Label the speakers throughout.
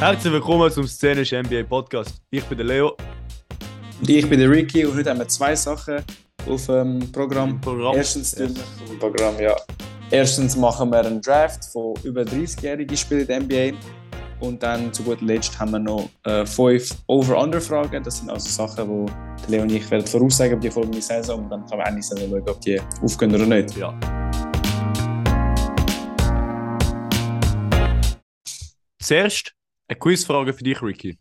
Speaker 1: Herzlich willkommen zum Szenisch NBA Podcast. Ich bin der Leo.
Speaker 2: Und ich bin der Ricky und heute haben wir zwei Sachen auf dem Programm.
Speaker 1: Programm.
Speaker 2: Erstens,
Speaker 1: Ja.
Speaker 2: tun- im Programm ja. Erstens machen wir einen Draft von über 30-jährigen Spielern in der NBA. Und dann zu guter Letzt haben wir noch äh, fünf Over-Under-Fragen. Das sind also Sachen, wo der Leo und ich werden voraussagen über die folgende Saison. Und dann kann man auch nicht schauen, ob die aufgehen oder nicht.
Speaker 1: Ja. Zuerst eine Quizfrage für dich, Ricky.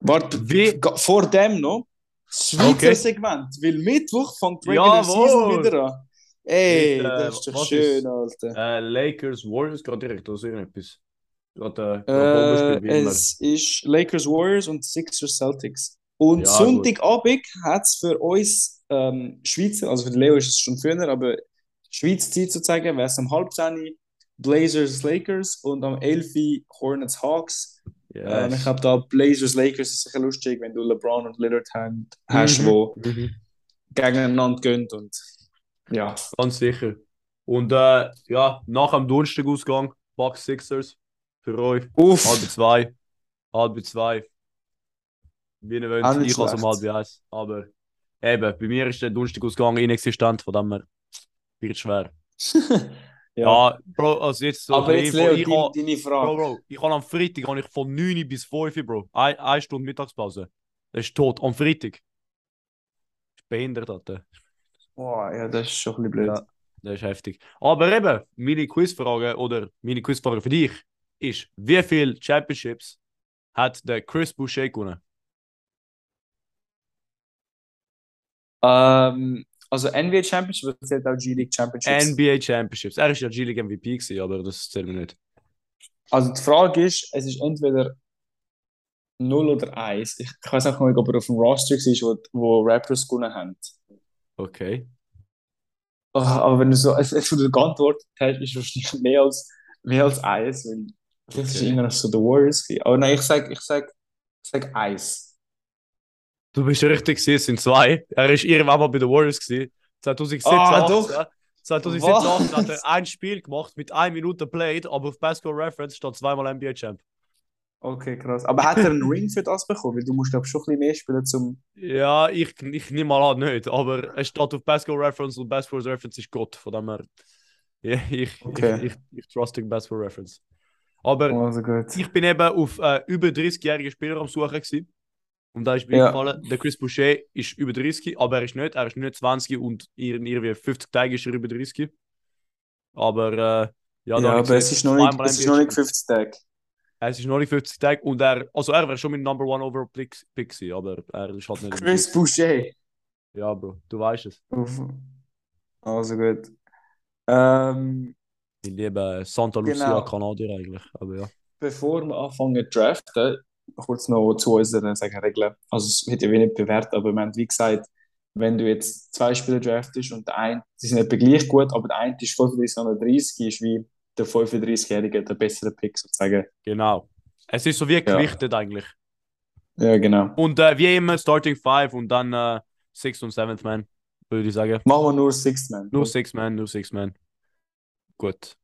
Speaker 2: Warte,
Speaker 1: Wie-
Speaker 2: ga- vor dem noch das Schweizer
Speaker 1: Okay.
Speaker 2: Segment, weil Mittwoch fängt die Regular
Speaker 1: Jawohl.
Speaker 2: Season wieder an. Ey,
Speaker 1: Mit, äh,
Speaker 2: das ist doch
Speaker 1: was
Speaker 2: schön,
Speaker 1: ist-
Speaker 2: Alter.
Speaker 1: Äh, Lakers, Warriors, gerade direkt oder so irgendetwas. Gerade äh, gerade Oberspiel,
Speaker 2: Äh,
Speaker 1: wie immer.
Speaker 2: es ist Lakers Warriors und Sixers Celtics. Und
Speaker 1: Ja,
Speaker 2: Sonntagabend hat es für uns ähm, Schweizer, also für den Leo ist es schon früher, aber Schweiz Zeit sozusagen, wäre es am um halb 10 Blazers Lakers und am 11 Uhr Hornets Hawks. Ähm, ich
Speaker 1: Yes.
Speaker 2: habe da Blazers Lakers ist sicher lustig, wenn du LeBron und Lillard hand- hast,
Speaker 1: Mhm.
Speaker 2: wo
Speaker 1: Mhm.
Speaker 2: gegeneinander gehen und ja.
Speaker 1: Ganz sicher. Und äh, ja, nach dem Donnerstagausgang, Bucks Sixers für euch. Halb
Speaker 2: Uff,
Speaker 1: zwei. Halb zwei. Wie ihr
Speaker 2: Auch
Speaker 1: wollt,
Speaker 2: nicht
Speaker 1: ich kann es um
Speaker 2: schlecht.
Speaker 1: halb eins. Aber eben, bei mir ist der Donnerstagausgang inexistent, von dem her wird schwer.
Speaker 2: ja.
Speaker 1: Ja, Bro, also jetzt so
Speaker 2: Aber
Speaker 1: ein
Speaker 2: jetzt
Speaker 1: bisschen
Speaker 2: Leo,
Speaker 1: von- ich kann-
Speaker 2: deine, deine
Speaker 1: Bro,
Speaker 2: Frage.
Speaker 1: Bro, ich kann am Freitag kann ich von 9 Uhr bis 5 Uhr, Bro. Ein, eine Stunde Mittagspause. Das ist tot. Am Freitag. Das ist behindert, Alter.
Speaker 2: Boah, ja, das ist schon ein bisschen blöd.
Speaker 1: Ja. Das ist heftig. Aber eben, meine Quizfrage oder meine Quizfrage für dich ist: Wie viele Championships hat der Chris Boucher gewonnen?
Speaker 2: Ähm, also NBA Championship aber zählt auch G-League Championships.
Speaker 1: NBA Championships. Er ist ja G-League MVP, gewesen, aber das zählt mir nicht.
Speaker 2: also die Frage ist, es ist entweder 0 oder 1. Ich, ich weiß auch nicht, ob er auf dem Roster war, wo, wo Raptors gewonnen haben.
Speaker 1: Okay.
Speaker 2: Ah, aber wenn du so, als, als du geantwortet hast, ist wahrscheinlich mehr als, mehr als eins, weil das ist
Speaker 1: Okay.
Speaker 2: immer noch so The Warriors. gewesen. Aber nein, ich sag, ich sag, ich sag eins.
Speaker 1: Du bist richtig, gewesen, es sind zwei. Er ist irgendwann mal bei den Warriors. Gewesen. 2017,
Speaker 2: Ah,
Speaker 1: 18.
Speaker 2: doch.
Speaker 1: 2017 18 hat
Speaker 2: Was?
Speaker 1: er ein Spiel gemacht mit 1 Minute Played, aber auf Basketball Reference steht zweimal NBA Champ.
Speaker 2: Okay, krass. Aber hat er einen Ring für das bekommen? Weil du musst, glaube ich, schon ein bisschen mehr spielen zum.
Speaker 1: Ja, ich, ich nehme mal an, nicht, aber es steht auf Basketball Reference und Basketball Reference ist Gott, von dem her. Ja, ich,
Speaker 2: Okay.
Speaker 1: ich, ich, ich truste Basketball Reference. Aber
Speaker 2: Also gut.
Speaker 1: ich bin eben auf äh, über 30-jährige Spieler am Suchen gewesen. Und da ist mir
Speaker 2: Ja.
Speaker 1: gefallen, der Chris Boucher ist über 30, aber er ist nicht, er ist nicht 20 und in irgendwie 50 Tagen ist er über 30. Aber äh, ja,
Speaker 2: Ja,
Speaker 1: da habe ich
Speaker 2: aber es
Speaker 1: gesehen,
Speaker 2: ist noch nicht,
Speaker 1: zweimal
Speaker 2: es ist
Speaker 1: NBA
Speaker 2: noch nicht
Speaker 1: Champ.
Speaker 2: 50 Tage.
Speaker 1: Es ist noch nicht 50 Tage und er, also er wäre schon mein Number One Overall Pick Pick gewesen, aber er ist halt nicht. im
Speaker 2: Chris Boucher.
Speaker 1: Team. Ja, Bro, du weißt es.
Speaker 2: Uff. Also gut. Ähm,
Speaker 1: Ich liebe Santa Lucia,
Speaker 2: Genau.
Speaker 1: Kanadier eigentlich. Aber ja.
Speaker 2: bevor wir anfangen zu draften, kurz noch zu unseren sagen, Regeln. Also, es wird ja wenig bewährt, aber wir haben wie gesagt, wenn du jetzt zwei Spieler draftest und der eine, sie sind etwa gleich gut, aber der eine ist 35 und der 30 ist wie der 35-Jährige, der bessere Pick sozusagen.
Speaker 1: Genau. Es ist so wie gewichtet eigentlich.
Speaker 2: Ja, genau.
Speaker 1: Und äh, wie immer Starting Five und dann äh, Sixth und Seventh Man, würde ich sagen.
Speaker 2: Machen wir nur Sixth Man.
Speaker 1: Nur Six Man, nur Six Man. Gut.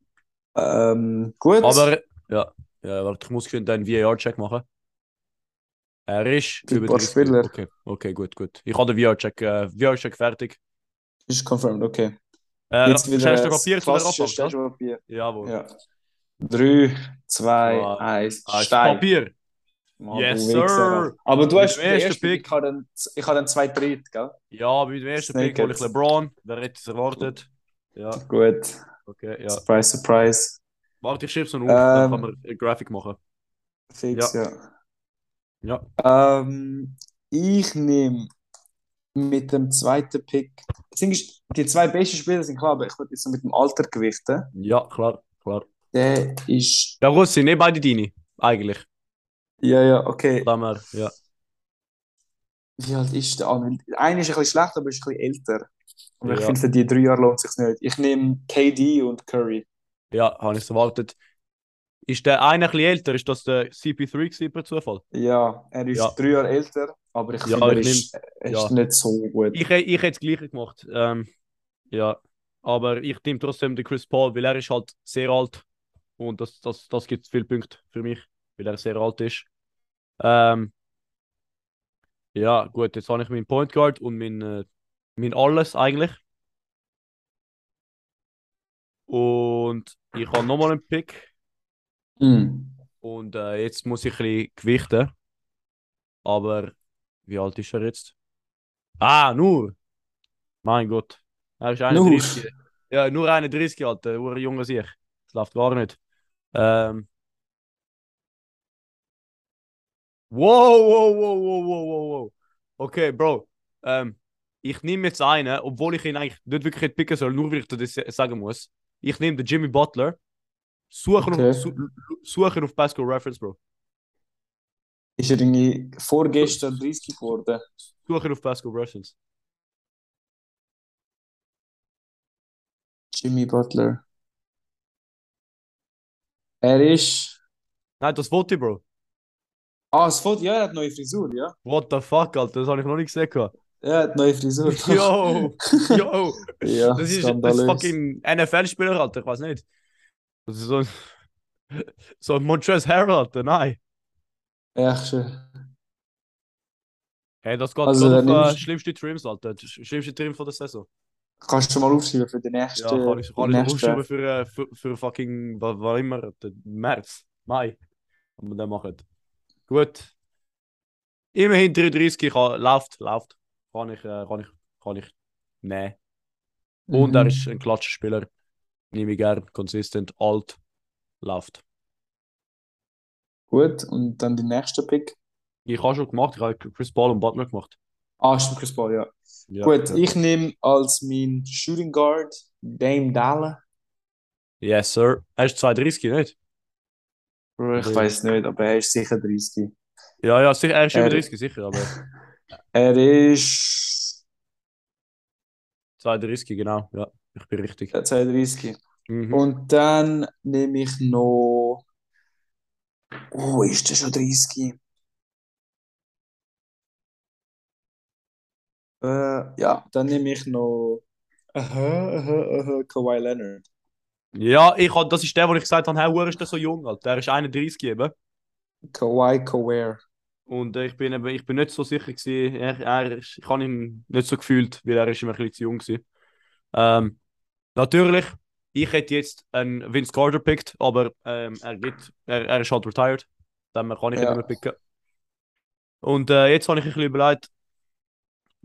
Speaker 2: Ähm, gut.
Speaker 1: Aber ja, ja warte, ich muss schon einen VAR-Check machen. Er ist
Speaker 2: Für ein paar
Speaker 1: 30.
Speaker 2: Spieler.
Speaker 1: Okay, okay, gut, gut. Ich habe den VR-Check äh, VR-Check fertig.
Speaker 2: Ist confirmed, okay.
Speaker 1: Äh,
Speaker 2: Jetzt wieder
Speaker 1: Stellst du
Speaker 2: das
Speaker 1: Papier zu der
Speaker 2: klassische
Speaker 1: Abfahrt? ja?
Speaker 2: Stecherpapier.
Speaker 1: Jawohl.
Speaker 2: Ja. 3, 2,
Speaker 1: Zwei,
Speaker 2: 1,
Speaker 1: Ah, ist
Speaker 2: Stein.
Speaker 1: Papier.
Speaker 2: Mann,
Speaker 1: Yes,
Speaker 2: du Wichser.
Speaker 1: sir.
Speaker 2: Aber du
Speaker 1: Mit
Speaker 2: hast
Speaker 1: dem
Speaker 2: den
Speaker 1: ersten
Speaker 2: ersten Pick.
Speaker 1: Pick.
Speaker 2: Ich habe dann, ich habe dann zwei Dritte, gell?
Speaker 1: Ja, bei dem ersten Pick hole ich
Speaker 2: Snickers.
Speaker 1: LeBron. Wer hätte es erwartet? Ja,
Speaker 2: Gut.
Speaker 1: okay, ja.
Speaker 2: Surprise, surprise.
Speaker 1: Warte, ich schreibe es noch auf,
Speaker 2: Ähm.
Speaker 1: dann kann man eine Grafik machen.
Speaker 2: Fix, ja.
Speaker 1: Ja.
Speaker 2: Ähm, ich nehme mit dem zweiten Pick. Das Ding ist, die zwei besten Spieler sind klar, aber ich würde jetzt noch mit dem Alter gewichten.
Speaker 1: Ja, klar, klar.
Speaker 2: Der ist.
Speaker 1: Ja, gut, sind nicht beide deine, eigentlich.
Speaker 2: Ja, ja, okay.
Speaker 1: Von dem her, ja.
Speaker 2: Wie alt ist der andere? Der eine ist ein bisschen schlecht, aber ist ein bisschen älter. Aber ich
Speaker 1: Ja.
Speaker 2: finde, für die drei Jahre lohnt es sich nicht. Ich nehme KD und Curry.
Speaker 1: Ja, habe ich erwartet. Ist der eine ein bisschen älter? Ist das der CP3 gewesen, per Zufall?
Speaker 2: Ja, er ist
Speaker 1: Ja.
Speaker 2: drei Jahre älter, aber ich
Speaker 1: Ja,
Speaker 2: finde, er
Speaker 1: ich
Speaker 2: ist, er
Speaker 1: ja.
Speaker 2: ist nicht so gut.
Speaker 1: Ich, hä- ich hätte das Gleiche gemacht. Ähm, ja, Aber ich nehme trotzdem den Chris Paul, weil er ist halt sehr alt. Und das, das, das gibt viele Punkte für mich, weil er sehr alt ist. Ähm, ja, gut, jetzt habe ich meinen Point Guard und mein, äh, mein Alles eigentlich. Und ich habe nochmal einen Pick.
Speaker 2: Mhm.
Speaker 1: Und äh, jetzt muss ich ein bisschen gewichten. Aber wie alt ist er jetzt? Ah, nur! Mein Gott. Er ist 31. Ja, nur 31, Alter. Nur ein junger Sieg. Das läuft gar nicht. Ähm. Wow, wow, wow, wow, wow, wow, wow. Okay, Bro. Ähm, ich nehme jetzt einen, obwohl ich ihn eigentlich nicht wirklich hätte picken soll, nur weil ich dir das sagen muss. Ich nehme den Jimmy Butler. Suche
Speaker 2: Okay.
Speaker 1: auf, su suche auf Pascal Reference, Bro.
Speaker 2: Ist er irgendwie vorgestern 30 geworden?
Speaker 1: Suche auf Pascal Reference.
Speaker 2: Jimmy Butler. Er ist.
Speaker 1: Nein, das wollte ich, Bro.
Speaker 2: Ah, es Foto, ja, er hat neue Frisur, ja.
Speaker 1: What the fuck, Alter, das habe ich noch nicht gesehen. gehabt.
Speaker 2: Er hat neue Frisur.
Speaker 1: Yo, yo,
Speaker 2: ja,
Speaker 1: das ist ein
Speaker 2: skandalös.
Speaker 1: fucking NFL-Spieler, Alter, ich weiß nicht. Das ist so ein, so ein Montrezl Harrell, Alter, nein.
Speaker 2: Echt äh, schön.
Speaker 1: Hey, das geht
Speaker 2: Also,
Speaker 1: gerade
Speaker 2: dann
Speaker 1: auf äh,
Speaker 2: nimmst-
Speaker 1: schlimmste Trims, Alter, Sch- schlimmste Trim von der Saison.
Speaker 2: Kannst du schon mal aufschreiben für den nächsten.
Speaker 1: Ja, kann ich, kann ich noch
Speaker 2: nächsten-
Speaker 1: aufschreiben für, äh, für, für fucking, was war immer, Alter, März, Mai, wenn wir den machen. Gut. Immerhin 33, kann, läuft, läuft. Kann ich, äh, kann ich, kann ich, nein. Und er
Speaker 2: Mhm.
Speaker 1: ist ein Klatschspieler. Nehme ich gern, konsistent, alt, läuft.
Speaker 2: Gut, und dann den nächsten Pick.
Speaker 1: Ich habe schon gemacht, ich habe Chris Paul und Butler gemacht.
Speaker 2: Ah, stimmt, Chris Paul, ja.
Speaker 1: Ja,
Speaker 2: Gut,
Speaker 1: ja.
Speaker 2: ich nehme als mein Shooting Guard Dame Dalla.
Speaker 1: Yes, sir. Er ist 32, nicht?
Speaker 2: Bro, ich
Speaker 1: Dame.
Speaker 2: weiß nicht, aber er ist sicher 30.
Speaker 1: Ja, ja, sicher, er ist über
Speaker 2: Er-
Speaker 1: 30, sicher, aber
Speaker 2: Er ist
Speaker 1: 32, genau. Ja, ich bin richtig.
Speaker 2: ja, 32.
Speaker 1: Mhm.
Speaker 2: Und dann nehme ich noch. Oh, ist der schon 30? Äh, ja, dann nehme ich noch. Aha, aha, aha, Kawhi Leonard.
Speaker 1: Ja, ich hab, das ist der, wo ich gesagt habe, hey, woher ist der so jung, Alter? Er ist 31 eben.
Speaker 2: Kawhi Kawhi.
Speaker 1: Und äh, ich bin, eben, ich bin nicht so sicher gewesen. Er, er ist, ich habe ihn nicht so gefühlt, weil er ist immer ein bisschen zu jung gewesen. Ähm, natürlich, ich hätte jetzt einen Vince Carter gepickt, aber ähm, er, geht, er, er ist halt retired. Dann kann ich ihn
Speaker 2: Ja.
Speaker 1: nicht mehr picken. Und äh, jetzt habe ich ein bisschen überlegt,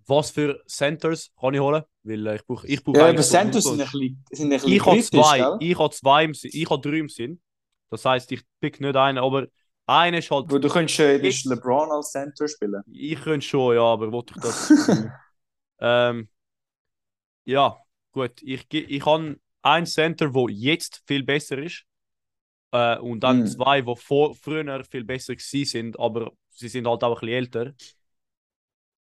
Speaker 1: was für Centers kann ich holen, weil äh, ich brauche ich brauche
Speaker 2: Ja,
Speaker 1: eigentlich
Speaker 2: aber
Speaker 1: so-
Speaker 2: Santos
Speaker 1: so-
Speaker 2: sind ein bisschen, sind ein bisschen
Speaker 1: ich habe
Speaker 2: kritisch,
Speaker 1: zwei,
Speaker 2: gell?
Speaker 1: ich habe zwei im Sinn, ich habe drei im Sinn. Das heißt, ich pick nicht einen, aber einer ist halt
Speaker 2: Bro, du könntest äh,
Speaker 1: Jetzt-
Speaker 2: das LeBron als Center spielen.
Speaker 1: Ich könnte schon, ja, aber wollte ich das. ähm, ja, gut. Ich, ge- ich habe ein Center, wo jetzt viel besser ist. Äh, und dann
Speaker 2: Mm.
Speaker 1: zwei, wo vor, früher viel besser gewesen sind, aber sie sind halt auch ein bisschen älter.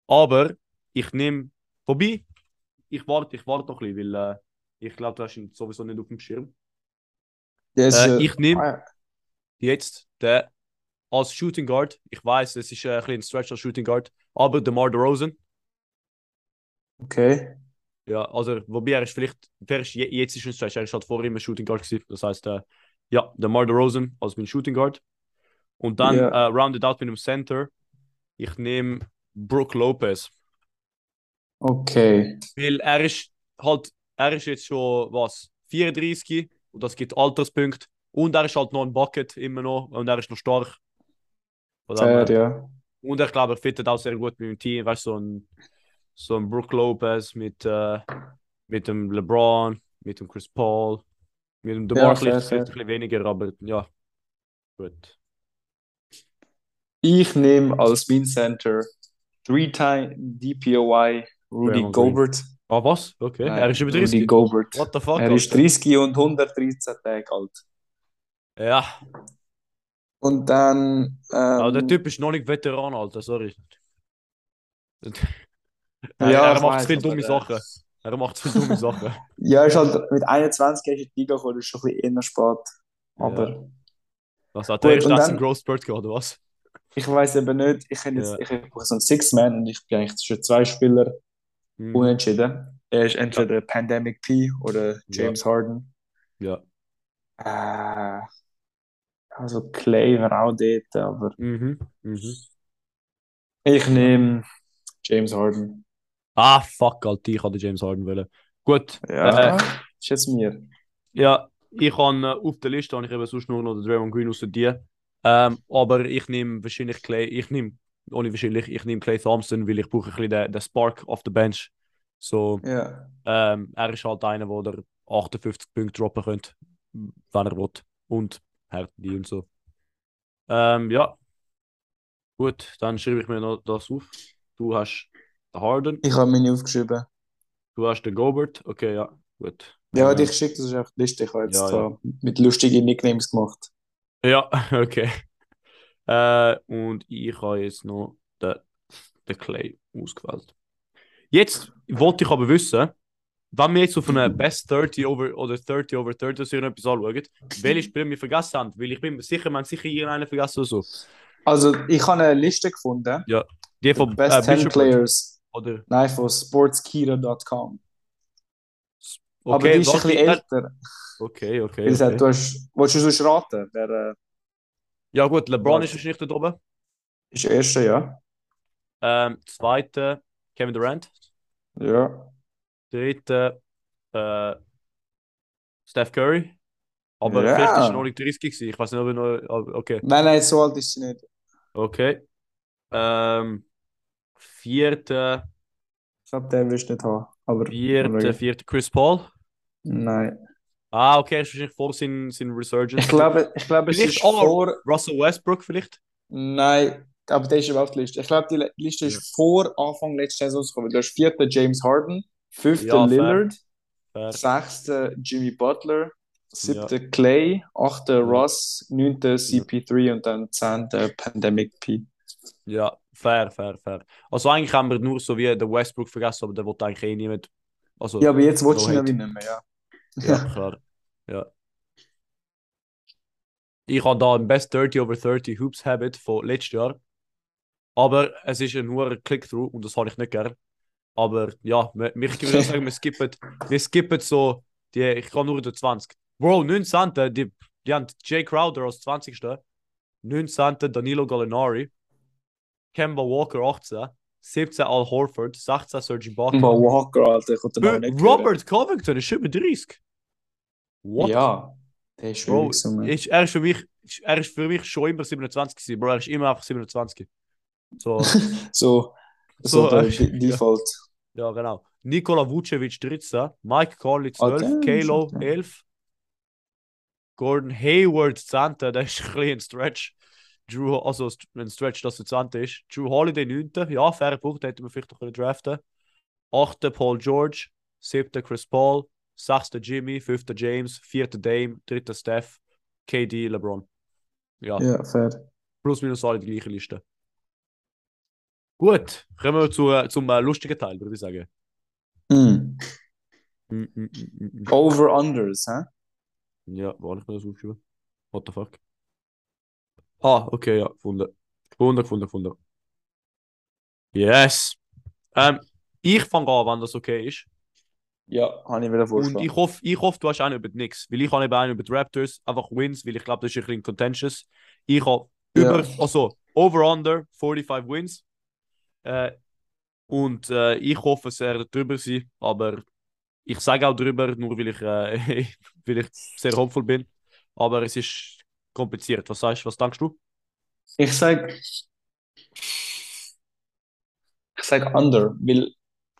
Speaker 1: Aber ich nehme. Wobei, ich warte, ich warte noch ein bisschen, weil äh, ich glaube, du hast ihn sowieso nicht auf dem Schirm.
Speaker 2: Yes,
Speaker 1: Äh, ich nehme
Speaker 2: Ah,
Speaker 1: jetzt den als Shooting Guard. Ich weiß, es ist äh, ein bisschen ein Stretch als Shooting Guard, aber DeMar DeRozan.
Speaker 2: Okay.
Speaker 1: Ja, also, wobei er ist vielleicht, wer ist je, jetzt ist ein Stretch, er ist halt vorher immer Shooting Guard gewesen. Das heißt, äh, ja, der Mar Rosen als mein Shooting Guard. Und dann
Speaker 2: Ja.
Speaker 1: äh, rounded out mit dem Center. Ich nehme Brook Lopez.
Speaker 2: Okay.
Speaker 1: Weil er ist halt, er ist jetzt schon, was, 34 und das gibt Alterspunkt. Und er ist halt noch ein Bucket immer noch und er ist noch stark. Von dem her-
Speaker 2: Fair, ja.
Speaker 1: Und ich glaube, er fittet auch sehr gut mit dem Team. Weißt du, so ein, so ein Brook Lopez mit, äh, mit dem LeBron, mit dem Chris Paul, mit dem DeMar
Speaker 2: Ja,
Speaker 1: vielleicht,
Speaker 2: fair, fair.
Speaker 1: vielleicht ein bisschen weniger, aber ja. Gut.
Speaker 2: Ich nehme als mein Center Three-Time DPOY Rudy
Speaker 1: Draymond Green.
Speaker 2: Gobert.
Speaker 1: Ah, was? Okay.
Speaker 2: Nein,
Speaker 1: er ist über
Speaker 2: Rudy
Speaker 1: 30.
Speaker 2: Gobert.
Speaker 1: What the fuck?
Speaker 2: Er ist
Speaker 1: Alter?
Speaker 2: 30 und 113 Tage alt.
Speaker 1: Ja,
Speaker 2: Und dann. Ähm,
Speaker 1: aber der Typ ist noch nicht Veteran, Alter, sorry.
Speaker 2: ja,
Speaker 1: er- er
Speaker 2: ich
Speaker 1: macht
Speaker 2: weiß,
Speaker 1: viel
Speaker 2: aber,
Speaker 1: dumme
Speaker 2: äh,
Speaker 1: Sachen. Er macht so dumme Sachen.
Speaker 2: Ja, ist halt mit 21 ist in die Liga gekommen, ist schon ein bisschen eher spät. Aber
Speaker 1: Was hat
Speaker 2: Gut,
Speaker 1: er erst
Speaker 2: und
Speaker 1: als
Speaker 2: dann-
Speaker 1: ein Growth Spurt gehabt, oder was?
Speaker 2: ich weiß eben nicht, ich, kann jetzt,
Speaker 1: Ja.
Speaker 2: ich brauche so einen Six-Man und ich bin eigentlich zwischen zwei Spielern
Speaker 1: Mhm.
Speaker 2: unentschieden. Er ist entweder Pandemic P oder James Harden.
Speaker 1: Ja.
Speaker 2: Äh, also Clay war auch dort, aber
Speaker 1: Mhm. Mhm.
Speaker 2: ich nehme James Harden.
Speaker 1: Ah, fuck, Alter, ich wollte James Harden. Wollen. Gut,
Speaker 2: Ja, ist jetzt Ah, mir.
Speaker 1: ja, ich habe äh, auf der Liste habe ich eben sonst nur noch den Draymond Green außer dir. Ähm, aber ich nehme wahrscheinlich Clay, ich nehme, ohne wahrscheinlich, ich nehme Clay Thompson, weil ich brauche ein bisschen den, den Spark auf der Bench. So,
Speaker 2: Ja.
Speaker 1: ähm, er ist halt einer, wo der 58 Punkte droppen könnte, wenn er will. Und Härte und so. Ähm, ja. Gut, dann schreibe ich mir noch das auf. Du hast den Harden.
Speaker 2: Ich habe meine aufgeschrieben.
Speaker 1: Du hast den Gobert, okay, ja, gut.
Speaker 2: Ja,
Speaker 1: Ähm,
Speaker 2: dich geschickt, das ist auf die Liste. Ich habe jetzt
Speaker 1: Ja,
Speaker 2: da mit lustigen Nicknames gemacht.
Speaker 1: Ja, okay. Äh, und ich habe jetzt noch den, den Clay ausgewählt. Jetzt wollte ich aber wissen, wenn wir jetzt auf eine Best 30 over oder 30 over 30 so irgendetwas anschauen, welche Spiele wir vergessen haben, weil ich bin mir sicher, wir haben sicher irgendeinen vergessen oder so.
Speaker 2: Also, ich habe eine Liste gefunden.
Speaker 1: Die von
Speaker 2: Best
Speaker 1: äh,
Speaker 2: 10
Speaker 1: Bishop
Speaker 2: Players.
Speaker 1: oder
Speaker 2: Nein, von sportskira.com. Aber
Speaker 1: okay,
Speaker 2: die ist ein
Speaker 1: warte,
Speaker 2: bisschen
Speaker 1: nein,
Speaker 2: älter.
Speaker 1: okay, okay,
Speaker 2: Wie gesagt,
Speaker 1: okay.
Speaker 2: du hast, willst du sonst raten? Wer äh,
Speaker 1: Ja gut, LeBron
Speaker 2: Warte.
Speaker 1: ist wahrscheinlich dort oben.
Speaker 2: ist der Erste, ja?
Speaker 1: Ähm, zweite Kevin Durant.
Speaker 2: Ja.
Speaker 1: Dritte äh, Steph Curry. Aber
Speaker 2: Ja.
Speaker 1: vielleicht ist er noch nicht 30 gewesen. Ich weiß nicht, ob er noch. ob- Okay.
Speaker 2: Nein, nein, so alt ist sie nicht.
Speaker 1: Okay. Ähm, vierte,
Speaker 2: Ich glaube, den willst du nicht haben. Aber
Speaker 1: vierte, vierte Chris Paul.
Speaker 2: nein.
Speaker 1: Ah, okay, er ist wahrscheinlich vor sein, sein Resurgence.
Speaker 2: Ich glaube, ich glaube es
Speaker 1: Vielleicht
Speaker 2: ist
Speaker 1: aber-
Speaker 2: vor.
Speaker 1: Russell Westbrook vielleicht?
Speaker 2: Nein, aber der ist überhaupt die Liste. Ich glaube, die Le- Liste ist
Speaker 1: Ja.
Speaker 2: vor Anfang letzten Saison gekommen. Du hast vierten James Harden, fünften
Speaker 1: Ja, fair.
Speaker 2: Lillard,
Speaker 1: Fair.
Speaker 2: sechsten Jimmy Butler, siebten Clay, achten Russ, neunten CP3 und dann zehnten Pandemic P.
Speaker 1: Ja, fair, fair, fair. Also eigentlich haben wir nur so wie den Westbrook vergessen, aber der wollte eigentlich eh niemand. Also,
Speaker 2: Ja, aber jetzt willst du
Speaker 1: No
Speaker 2: ihn
Speaker 1: hate.
Speaker 2: nicht mehr, ja.
Speaker 1: Ja, klar. Ja. Ich habe da ein Best 30 over 30 Hoops Habit von letztes Jahr. Aber es ist ein hoher Click-Through und das habe ich nicht gern. Aber ja, wir- wir- ich würde sagen, wir skippen, wir skippen so, die, ich kann nur den 20. Bro, 9 Centen, die, die haben Jay Crowder als 20. 9 Centen Danilo Gallinari, Kemba Walker 18, 17 Al Horford, 16 Serge Ibaka.
Speaker 2: Aber Walker, Alter, ich konnte den
Speaker 1: Bro,
Speaker 2: Namen nicht hören.
Speaker 1: Robert Covington ist über 30. What?
Speaker 2: Ja, der ist
Speaker 1: Bro,
Speaker 2: wirklich so, man.
Speaker 1: Ist, er, ist für mich, ist- er ist für mich schon immer 27 gewesen, Bro. Er ist immer einfach 27. So,
Speaker 2: So, so
Speaker 1: So,
Speaker 2: der
Speaker 1: äh,
Speaker 2: D- Default.
Speaker 1: ja, genau. Nikola Vucevic 13, Mike Conley
Speaker 2: Ah,
Speaker 1: 12,
Speaker 2: der ist
Speaker 1: Kalo
Speaker 2: okay.
Speaker 1: 11, Gordon Hayward 10, der ist ein bisschen ein Stretch. Drew, also st- ein Stretch, dass er 20 ist. Drew Holiday 9. Ja, fairer Punkt, den hätten wir vielleicht noch können draften 8. Paul George, 7. Chris Paul, 6. Jimmy, 5. James, 4. Dame, 3. Steph, KD, LeBron. Ja.
Speaker 2: Ja, fair.
Speaker 1: Plus minus alle die gleiche Liste. Gut, kommen wir zu, äh, zum äh, lustigen Teil, würde ich sagen.
Speaker 2: Mm.
Speaker 1: Mm, mm, mm, mm, mm.
Speaker 2: Over-Unders, hä?
Speaker 1: Ja, wo habe ich mir das aufgeschrieben? What the fuck? Ah, okay, ja, gefunden. Gefunden, gefunden, gefunden. Yes! Ähm, ich fange an, wenn das okay ist.
Speaker 2: Ja, habe ich wieder
Speaker 1: Und
Speaker 2: vorgeschlagen.
Speaker 1: ich hoffe, ich hoffe, du hast einen über die Knicks. Weil ich habe eben einen über die Raptors, einfach Wins, weil ich glaube, das ist ein bisschen contentious. Ich habe
Speaker 2: Ja.
Speaker 1: über, also over-under 45 Wins. Äh, und äh, ich hoffe, es werden drüber sein, aber ich sage auch drüber, nur weil ich, äh, weil ich sehr hoffnungsvoll bin. Aber es ist kompliziert. Was sagst du, was denkst du?
Speaker 2: Ich sag. Ich sag under, weil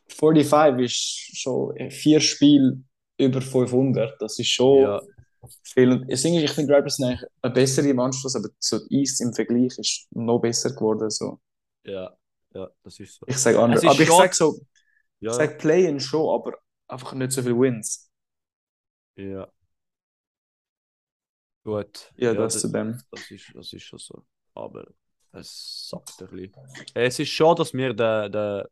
Speaker 2: 45 ist schon vier Spiele über 500. Das ist schon
Speaker 1: Ja.
Speaker 2: viel. Und das Ding ist, ich finde Raptors sind eigentlich eine bessere Mannschaft, aber so die Eis im Vergleich ist noch besser geworden. So.
Speaker 1: Ja, ja, das ist so.
Speaker 2: Ich sag under.
Speaker 1: Es ist
Speaker 2: Aber ich
Speaker 1: schade.
Speaker 2: sag so, ich
Speaker 1: Ja,
Speaker 2: sag Play-in schon, aber einfach nicht so viele Wins.
Speaker 1: ja. Gut.
Speaker 2: Ja, das zu dem.
Speaker 1: Das ist, das ist schon so. Aber es sagt ein bisschen. Es ist schon, dass mir der, der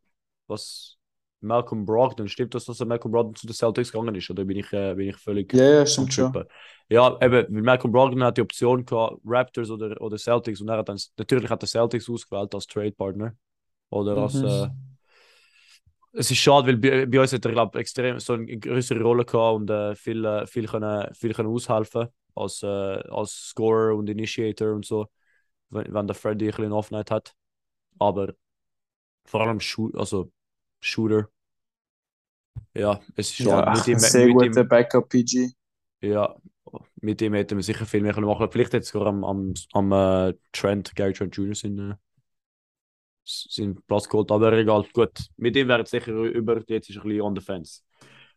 Speaker 1: was Malcolm Brogdon, stimmt das, dass der Malcolm Brogdon zu den Celtics gegangen ist? Oder bin ich, äh, bin ich völlig
Speaker 2: Ja, ja,
Speaker 1: am
Speaker 2: stimmt schon.
Speaker 1: Trippen? Ja, eben, weil Malcolm Brogdon hat die Option gehabt, Raptors oder, oder Celtics und er hat dann, natürlich hat er Celtics ausgewählt als Trade Partner. Oder als,
Speaker 2: Mhm.
Speaker 1: äh, es ist schade, weil bei, bei uns hat er, glaube extrem so eine größere Rolle gehabt und äh, viel, äh, viel, können, viel können aushelfen als, äh, als Scorer und Initiator und so, wenn, wenn der Freddy ein bisschen Offenheit hat. Aber vor allem Shoot, also Shooter. Ja, es ist schade.
Speaker 2: Ja,
Speaker 1: mit ihm,
Speaker 2: sehr
Speaker 1: mit
Speaker 2: guter
Speaker 1: ihm,
Speaker 2: Backup PG.
Speaker 1: ja, mit ihm hätten wir sicher viel mehr können machen können. Vielleicht hätte es sogar am, am, am äh, Trent, Gary Trent Jr. seinen, äh, seinen Platz geholt. Aber egal, gut. Mit ihm wäre es sicher über, jetzt ist er ein bisschen on the fence.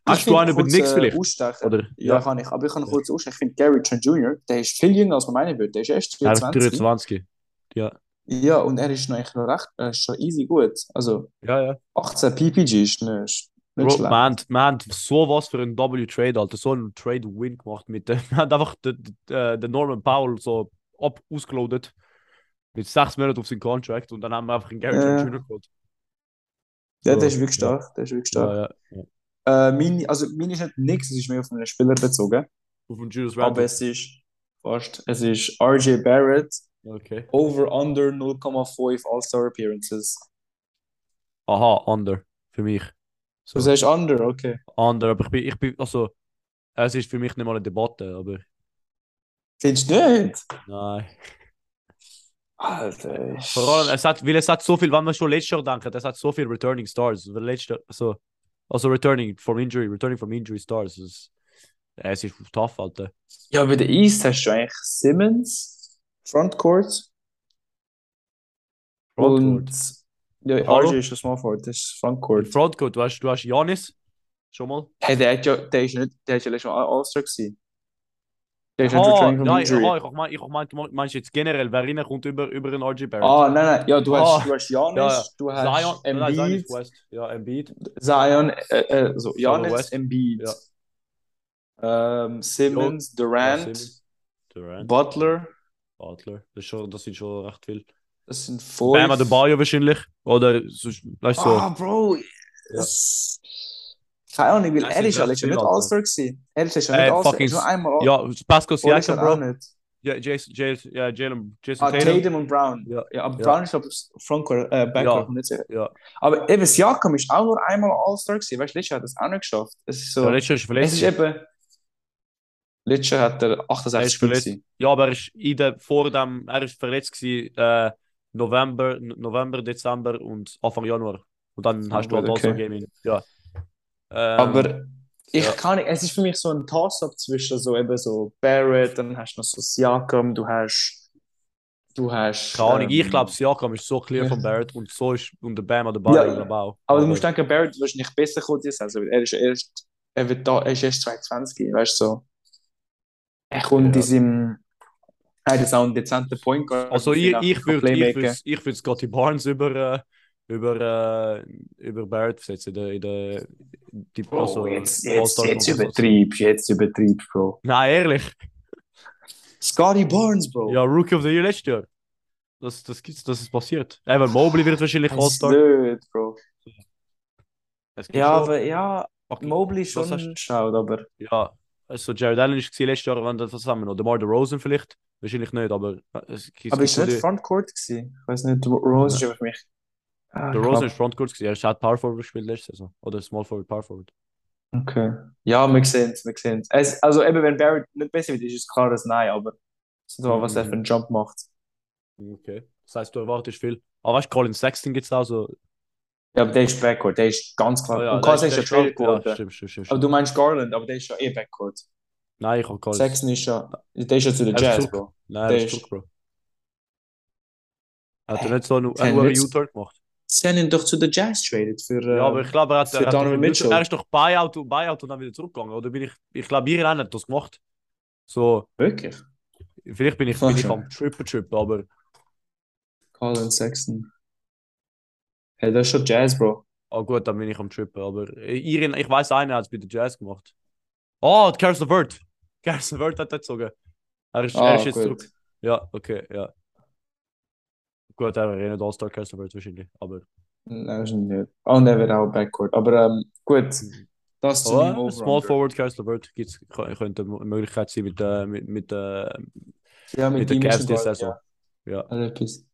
Speaker 1: Hast du einen über nichts vielleicht?
Speaker 2: Ausstechen.
Speaker 1: Oder?
Speaker 2: äh, Ja, kann ich. Aber ich kann kurz ausstechen. Ich finde, Gary Trent Jr., der ist viel jünger, als man meinen würde. Der ist erst
Speaker 1: Er
Speaker 2: 23.
Speaker 1: 23.
Speaker 2: Ja, und er ist noch, eigentlich noch recht, er ist schon easy gut. Also
Speaker 1: Ja, ja.
Speaker 2: 18 PPG ist nicht, nicht
Speaker 1: Bro,
Speaker 2: schlecht.
Speaker 1: wir haben, wir haben sowas für einen W-Trade, Alter. So einen Trade-Win gemacht mit dem. Wir haben einfach den, äh, den den Norman Powell so ab ausgeloadet. Mit sechs Monaten auf seinen Contract und dann haben wir einfach einen Gary
Speaker 2: Ja.
Speaker 1: Trent Jr. geholt.
Speaker 2: Ja,
Speaker 1: Ja,
Speaker 2: der ist wirklich
Speaker 1: ja.
Speaker 2: stark. Der ist wirklich stark.
Speaker 1: Ja, ja. ja.
Speaker 2: Äh, meine, also meine ist nicht nichts, es ist mehr auf einen Spieler bezogen.
Speaker 1: Auf den Julius
Speaker 2: Aber
Speaker 1: Randle.
Speaker 2: es ist fast, es ist RJ Barrett,
Speaker 1: Okay.
Speaker 2: over under 0,5 All-Star Appearances.
Speaker 1: Aha, under. Für mich. So.
Speaker 2: Du sagst under, okay.
Speaker 1: Under, aber ich bin, ich bin, also, es ist für mich nicht mal eine Debatte, aber
Speaker 2: Findest du nicht?
Speaker 1: nein.
Speaker 2: Alter.
Speaker 1: Vor allem, es hat, weil es hat so viel, wenn man schon letztes Jahr denken, es hat so viel Returning Stars. weil Letzte, also, also Returning from Injury, Returning from Injury Stars. Es, es ist tough, Alter.
Speaker 2: Ja, bei der East hast du eigentlich Simmons, Frontcourt und
Speaker 1: Frontcourt.
Speaker 2: ja,
Speaker 1: Hallo?
Speaker 2: RJ ist schon Small Forward, das ist
Speaker 1: Und
Speaker 2: Frontcourt.
Speaker 1: Frontcourt, du hast, du hast Janis schon mal.
Speaker 2: Hey, der hat ja, der ist nicht, der ist ja letztes Mal All-Star gewesen. Der ist nicht
Speaker 1: Ah,
Speaker 2: returning from
Speaker 1: nein,
Speaker 2: injury.
Speaker 1: aha, ich mein, ich mein, du meinst jetzt generell, wer reinkommt über, über einen RG Barrett?
Speaker 2: Ah, nein, nein, ja, du
Speaker 1: Ah.
Speaker 2: hast, du hast Giannis,
Speaker 1: Ja, ja.
Speaker 2: du hast
Speaker 1: Zion, nein, Zion
Speaker 2: Ah, Embiid,
Speaker 1: ist West. Ja, Embiid.
Speaker 2: Zion, äh, äh, so, Giannis,
Speaker 1: West.
Speaker 2: Embiid,
Speaker 1: Ja.
Speaker 2: ähm, Simmons,
Speaker 1: Ja,
Speaker 2: Durant,
Speaker 1: Simmons. Durant.
Speaker 2: Butler,
Speaker 1: Butler. Das, ist schon, das sind schon recht viel.
Speaker 2: das sind fünf.
Speaker 1: Bam de Bayo wahrscheinlich. Oder sonst, weißt du, so.
Speaker 2: Ah, Bro, es- keine Ahnung, weil
Speaker 1: Das
Speaker 2: er
Speaker 1: sind
Speaker 2: ist ja
Speaker 1: recht
Speaker 2: letztes Jahr
Speaker 1: viele,
Speaker 2: nicht
Speaker 1: Alter.
Speaker 2: All-Star gewesen. Er ist ja
Speaker 1: Äh,
Speaker 2: nicht All-Star, er
Speaker 1: fucking-
Speaker 2: ist nur einmal All-
Speaker 1: ja, Pascal
Speaker 2: Oder ist
Speaker 1: Siakam,
Speaker 2: er
Speaker 1: Bro.
Speaker 2: auch nicht?
Speaker 1: Ja, Jason, Jason, ja, Jalen, Jason
Speaker 2: Ah,
Speaker 1: Tatum.
Speaker 2: Tatum und Brown.
Speaker 1: Ja,
Speaker 2: Ja, aber
Speaker 1: ja.
Speaker 2: Brown ist glaube ich Frontcourt, äh, Backcourt,
Speaker 1: Ja,
Speaker 2: bin nicht sicher.
Speaker 1: ja.
Speaker 2: Aber eben, Siakam ist auch nur einmal All-Star gewesen. Weißt du, letztes Jahr hat er es auch nicht geschafft. Es ist
Speaker 1: Ja,
Speaker 2: so,
Speaker 1: letztes Jahr ist
Speaker 2: es
Speaker 1: verletzt.
Speaker 2: ist eben, letztes Jahr hat er
Speaker 1: Er ist
Speaker 2: 68 Spiele
Speaker 1: verletzt.
Speaker 2: gewesen.
Speaker 1: Ja, aber er ist in der, vor dem, er ist verletzt gewesen, äh, November, N- November, Dezember und Anfang Januar. Und dann hast du
Speaker 2: gut,
Speaker 1: halt okay.
Speaker 2: Ah, okay.
Speaker 1: Gaming. Ja. Ähm,
Speaker 2: Aber ich
Speaker 1: ja.
Speaker 2: kann nicht, es ist für mich so ein Toss-up zwischen so eben so Barrett, dann hast du noch so Siakam, du hast, du hast,
Speaker 1: keine Ahnung, ich
Speaker 2: ähm,
Speaker 1: glaube, Siakam ist so clear
Speaker 2: ja.
Speaker 1: von Barrett und so ist und der Bam an der Ball.
Speaker 2: Ja, Aber du musst
Speaker 1: dann
Speaker 2: denken, Barrett wird nicht besser kommen diese Saison, weil er ist erst, er wird da, er ist erst 22, weißt du, so. Er kommt
Speaker 1: Ja.
Speaker 2: in seinem, er hat jetzt auch einen dezenten Point Guard,
Speaker 1: also ich,
Speaker 2: der
Speaker 1: ich
Speaker 2: kann
Speaker 1: würde ich
Speaker 2: Playmaker.
Speaker 1: würd, ich würd Scotty Barnes über, äh, über, äh, über Barrett setzen in der, in der die,
Speaker 2: Bro,
Speaker 1: also,
Speaker 2: jetzt, jetzt,
Speaker 1: All-Star
Speaker 2: jetzt
Speaker 1: Conference.
Speaker 2: übertreibst, jetzt übertreibst, Bro.
Speaker 1: Nein, ehrlich.
Speaker 2: Scotty Barnes, Bro.
Speaker 1: Ja, Rookie of the Year letztes Jahr. Das, das gibt's, das ist passiert. Evan Mobley wird wahrscheinlich
Speaker 2: Das ist
Speaker 1: All-Star.
Speaker 2: nicht, Bro.
Speaker 1: Es gibt
Speaker 2: Ja,
Speaker 1: schon-
Speaker 2: aber ja,
Speaker 1: fucking-
Speaker 2: Mobley
Speaker 1: Was
Speaker 2: schon
Speaker 1: hast-
Speaker 2: schaut, aber
Speaker 1: Ja, also Jared Allen ist gewesen letztes Jahr, wenn das zusammen noch. DeMar DeRozan vielleicht. Wahrscheinlich nicht, aber es gibt
Speaker 2: aber ist
Speaker 1: schon
Speaker 2: nicht
Speaker 1: die-
Speaker 2: Frontcourt gewesen. Ich weiß nicht, Rose ist aber für mich. Ah,
Speaker 1: DeRozan
Speaker 2: knapp.
Speaker 1: ist Frontcourt gewesen. Er hat Power Forward gespielt letzte Saison. Oder Small Forward, Power Forward.
Speaker 2: Okay. Ja, wir sehen es, wir sehen es. Es- Also eben, wenn Barrett nicht besser wird, ist es klar, dass nein, aber es ist mal, was er
Speaker 1: Mhm.
Speaker 2: für einen Jump macht.
Speaker 1: Okay. Das heißt, du erwartest viel. Aber weißt du, Colin Sexton gibt es auch so.
Speaker 2: Ja, aber der ist Backcourt, der ist ganz klar.
Speaker 1: Ah ja,
Speaker 2: Und
Speaker 1: der
Speaker 2: Carl ist ja
Speaker 1: der
Speaker 2: Trade
Speaker 1: schon- ja,
Speaker 2: geworden.
Speaker 1: stimmt, stimmt, stimmt.
Speaker 2: Aber
Speaker 1: stimmt.
Speaker 2: du meinst Oh, Garland, aber der ist ja eh Backcourt.
Speaker 1: Nein, ich habe Colin.
Speaker 2: Sexton ist ja, der ist ja zu den
Speaker 1: Er ist
Speaker 2: Jazz,
Speaker 1: zurück.
Speaker 2: Bro.
Speaker 1: Nein, er
Speaker 2: der
Speaker 1: ist
Speaker 2: ist- Äh,
Speaker 1: zurück, Bro. Hat er nicht so einen
Speaker 2: Hey,
Speaker 1: einen hohen
Speaker 2: nicht-
Speaker 1: U-Turn gemacht?
Speaker 2: Sie haben ihn doch zu den Jazz traded für, äh,
Speaker 1: Ja, aber ich glaube, er hat,
Speaker 2: für
Speaker 1: er, hat
Speaker 2: Donovan
Speaker 1: doch-
Speaker 2: Mitchell.
Speaker 1: er ist doch Buyout und Buyout und dann wieder zurückgegangen. Oder bin ich, ich glaube, Irland hat das gemacht. So,
Speaker 2: wirklich?
Speaker 1: vielleicht bin ich,
Speaker 2: Fuck
Speaker 1: bin ich
Speaker 2: schon.
Speaker 1: am Triple Trip, aber,
Speaker 2: Colin Sexton. Hey, das ist schon Jazz, Bro.
Speaker 1: ah gut, dann bin ich am Trippen. Aber äh, Irland, ich weiß, einer hat es bei den Jazz gemacht. Oh, Carson Wert. Carson Wert hat das gezogen. Er ist, er
Speaker 2: Ah,
Speaker 1: ist jetzt
Speaker 2: gut.
Speaker 1: zurück. Ja, okay, ja. Gut, er war eh nicht All-Star Carson Wert wahrscheinlich, aber.
Speaker 2: Nein, ist nicht. Oh, und er wird auch Backcourt. Aber ähm, gut, das zu meinem
Speaker 1: Oh, Small
Speaker 2: Over-Under.
Speaker 1: Forward Carson Wert gibt's- kö- könnte eine Möglichkeit sein mit, äh, mit, mit, äh,
Speaker 2: Ja, mit
Speaker 1: mit den
Speaker 2: ihm ist
Speaker 1: Cavs
Speaker 2: schon
Speaker 1: diese
Speaker 2: bald, ja.
Speaker 1: Saison. Ja.
Speaker 2: Also etwas.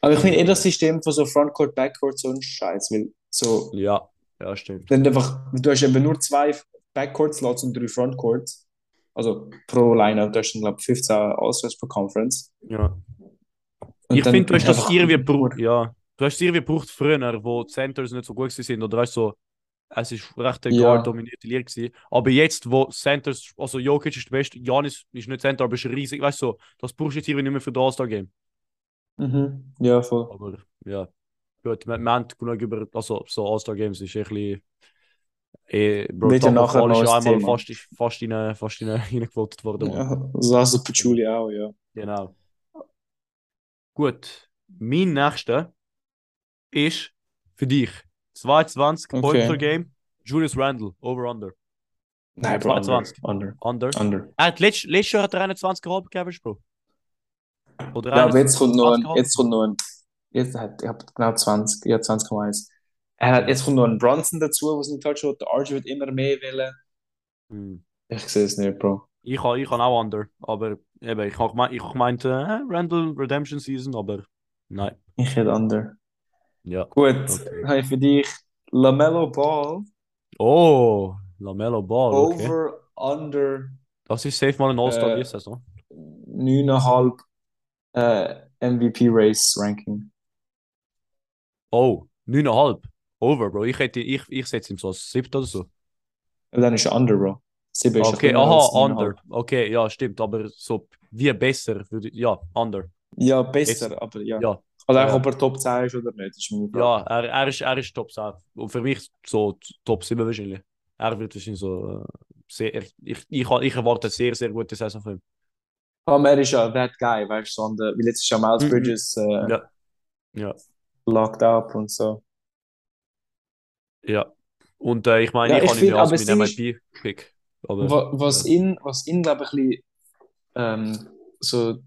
Speaker 2: Aber ich finde eh das System von so Frontcourt, Backcourt so ein Scheiß, weil so
Speaker 1: Ja, Ja, stimmt.
Speaker 2: Dann einfach, du hast eben nur zwei Backcourt-Slots und drei Frontcourts. Also pro Lineup, da hast du, glaube ich, 15 Auswärts pro Conference.
Speaker 1: Ja.
Speaker 2: Und
Speaker 1: ich
Speaker 2: dann
Speaker 1: finde, du hast das
Speaker 2: einfach-
Speaker 1: irgendwie gebraucht. Ja. Du hast es irgendwie gebraucht früher, wo die Centers nicht so gut sind oder weißt du, so, es ist recht eine
Speaker 2: Ja.
Speaker 1: guard-dominierte Liga gewesen. Aber jetzt, wo Centers, also Jokic ist der Beste, Janis ist nicht Center, aber ist riesig, weißt du, so, das brauchst du jetzt irgendwie nicht mehr für das All-Star-Game.
Speaker 2: Mhm. Ja, voll.
Speaker 1: Aber ja, gut, wir, wir haben genug über, also so All-Star-Games ist ein bisschen. dus Eh, Bro,
Speaker 2: Wird ja
Speaker 1: Taco
Speaker 2: nachher
Speaker 1: Fall
Speaker 2: noch
Speaker 1: ist
Speaker 2: ein
Speaker 1: einmal
Speaker 2: Thema.
Speaker 1: fast, ist fast, rein, fast rein, reingewollt worden. Mann.
Speaker 2: Ja, Sasa Pachulia auch, ja.
Speaker 1: Genau. Gut. Mein nächster ist für dich 22
Speaker 2: Okay.
Speaker 1: Point per Game. Julius Randle, over under.
Speaker 2: Nein, Bro, under.
Speaker 1: 22.
Speaker 2: Under.
Speaker 1: Under. Ah,
Speaker 2: under.
Speaker 1: Er hat letzt, letztes Jahr hat er 21 gehabt, Cabbage, Bro. Oder
Speaker 2: Ja, aber jetzt
Speaker 1: 21
Speaker 2: kommt noch ein,
Speaker 1: gehabt.
Speaker 2: jetzt kommt noch ein, jetzt hat, ich habe genau 20, ja 20,1. Er hat, jetzt kommt noch ein Bronson dazu, was nicht falsch hat. Der RG wird immer mehr wählen.
Speaker 1: Hm.
Speaker 2: Ich sehe es nicht, Bro.
Speaker 1: Ich kann, ich kann auch under. Aber eben, ich habe gemeint, ich hab gemeint äh, Randle Redemption Season, aber nein.
Speaker 2: Ich hätte under.
Speaker 1: Ja.
Speaker 2: Gut,
Speaker 1: Okay.
Speaker 2: habe ich für dich LaMelo Ball
Speaker 1: Oh, Lamelo Ball. Okay.
Speaker 2: over under
Speaker 1: Das ist safe mal ein All-Star
Speaker 2: Äh,
Speaker 1: diese Saison.
Speaker 2: 9,5 äh, MVP Race Ranking.
Speaker 1: Oh, 9,5. Over, Bro. Ich, hätte, ich, ich setze ihm so als 7 oder so.
Speaker 2: Aber dann ist er under, Bro. 7 ist doch
Speaker 1: Okay,
Speaker 2: immer als
Speaker 1: aha,
Speaker 2: 9,5.
Speaker 1: under. Okay, ja, stimmt, aber so wie besser würde ich- ja, under.
Speaker 2: Ja, besser, aber ja.
Speaker 1: Ja.
Speaker 2: Also auch,
Speaker 1: Ja.
Speaker 2: ob er Top 10 ist oder nicht, ist meine Frage.
Speaker 1: Ja, er, er, ist, er ist Top 7. Und für mich so t- Top 7 wahrscheinlich. Er wird wahrscheinlich so äh, sehr, ich, ich, ich, ich erwarte eine sehr, sehr gute Saison von ihm.
Speaker 2: Vor allem, er ist ja that guy, weißt du, so an der, wie letztes Jahr Miles
Speaker 1: Mhm.
Speaker 2: Bridges äh,
Speaker 1: Ja. Ja.
Speaker 2: locked up und so.
Speaker 1: Ja. Und äh, ich meine,
Speaker 2: Ja,
Speaker 1: ich
Speaker 2: ich
Speaker 1: kann ihn
Speaker 2: find,
Speaker 1: ja als
Speaker 2: aber das
Speaker 1: meinen
Speaker 2: Ding ist-
Speaker 1: MVP-Pick. Aber
Speaker 2: Wa- Was ihn, was ihn glaube ich, ein bisschen ähm, so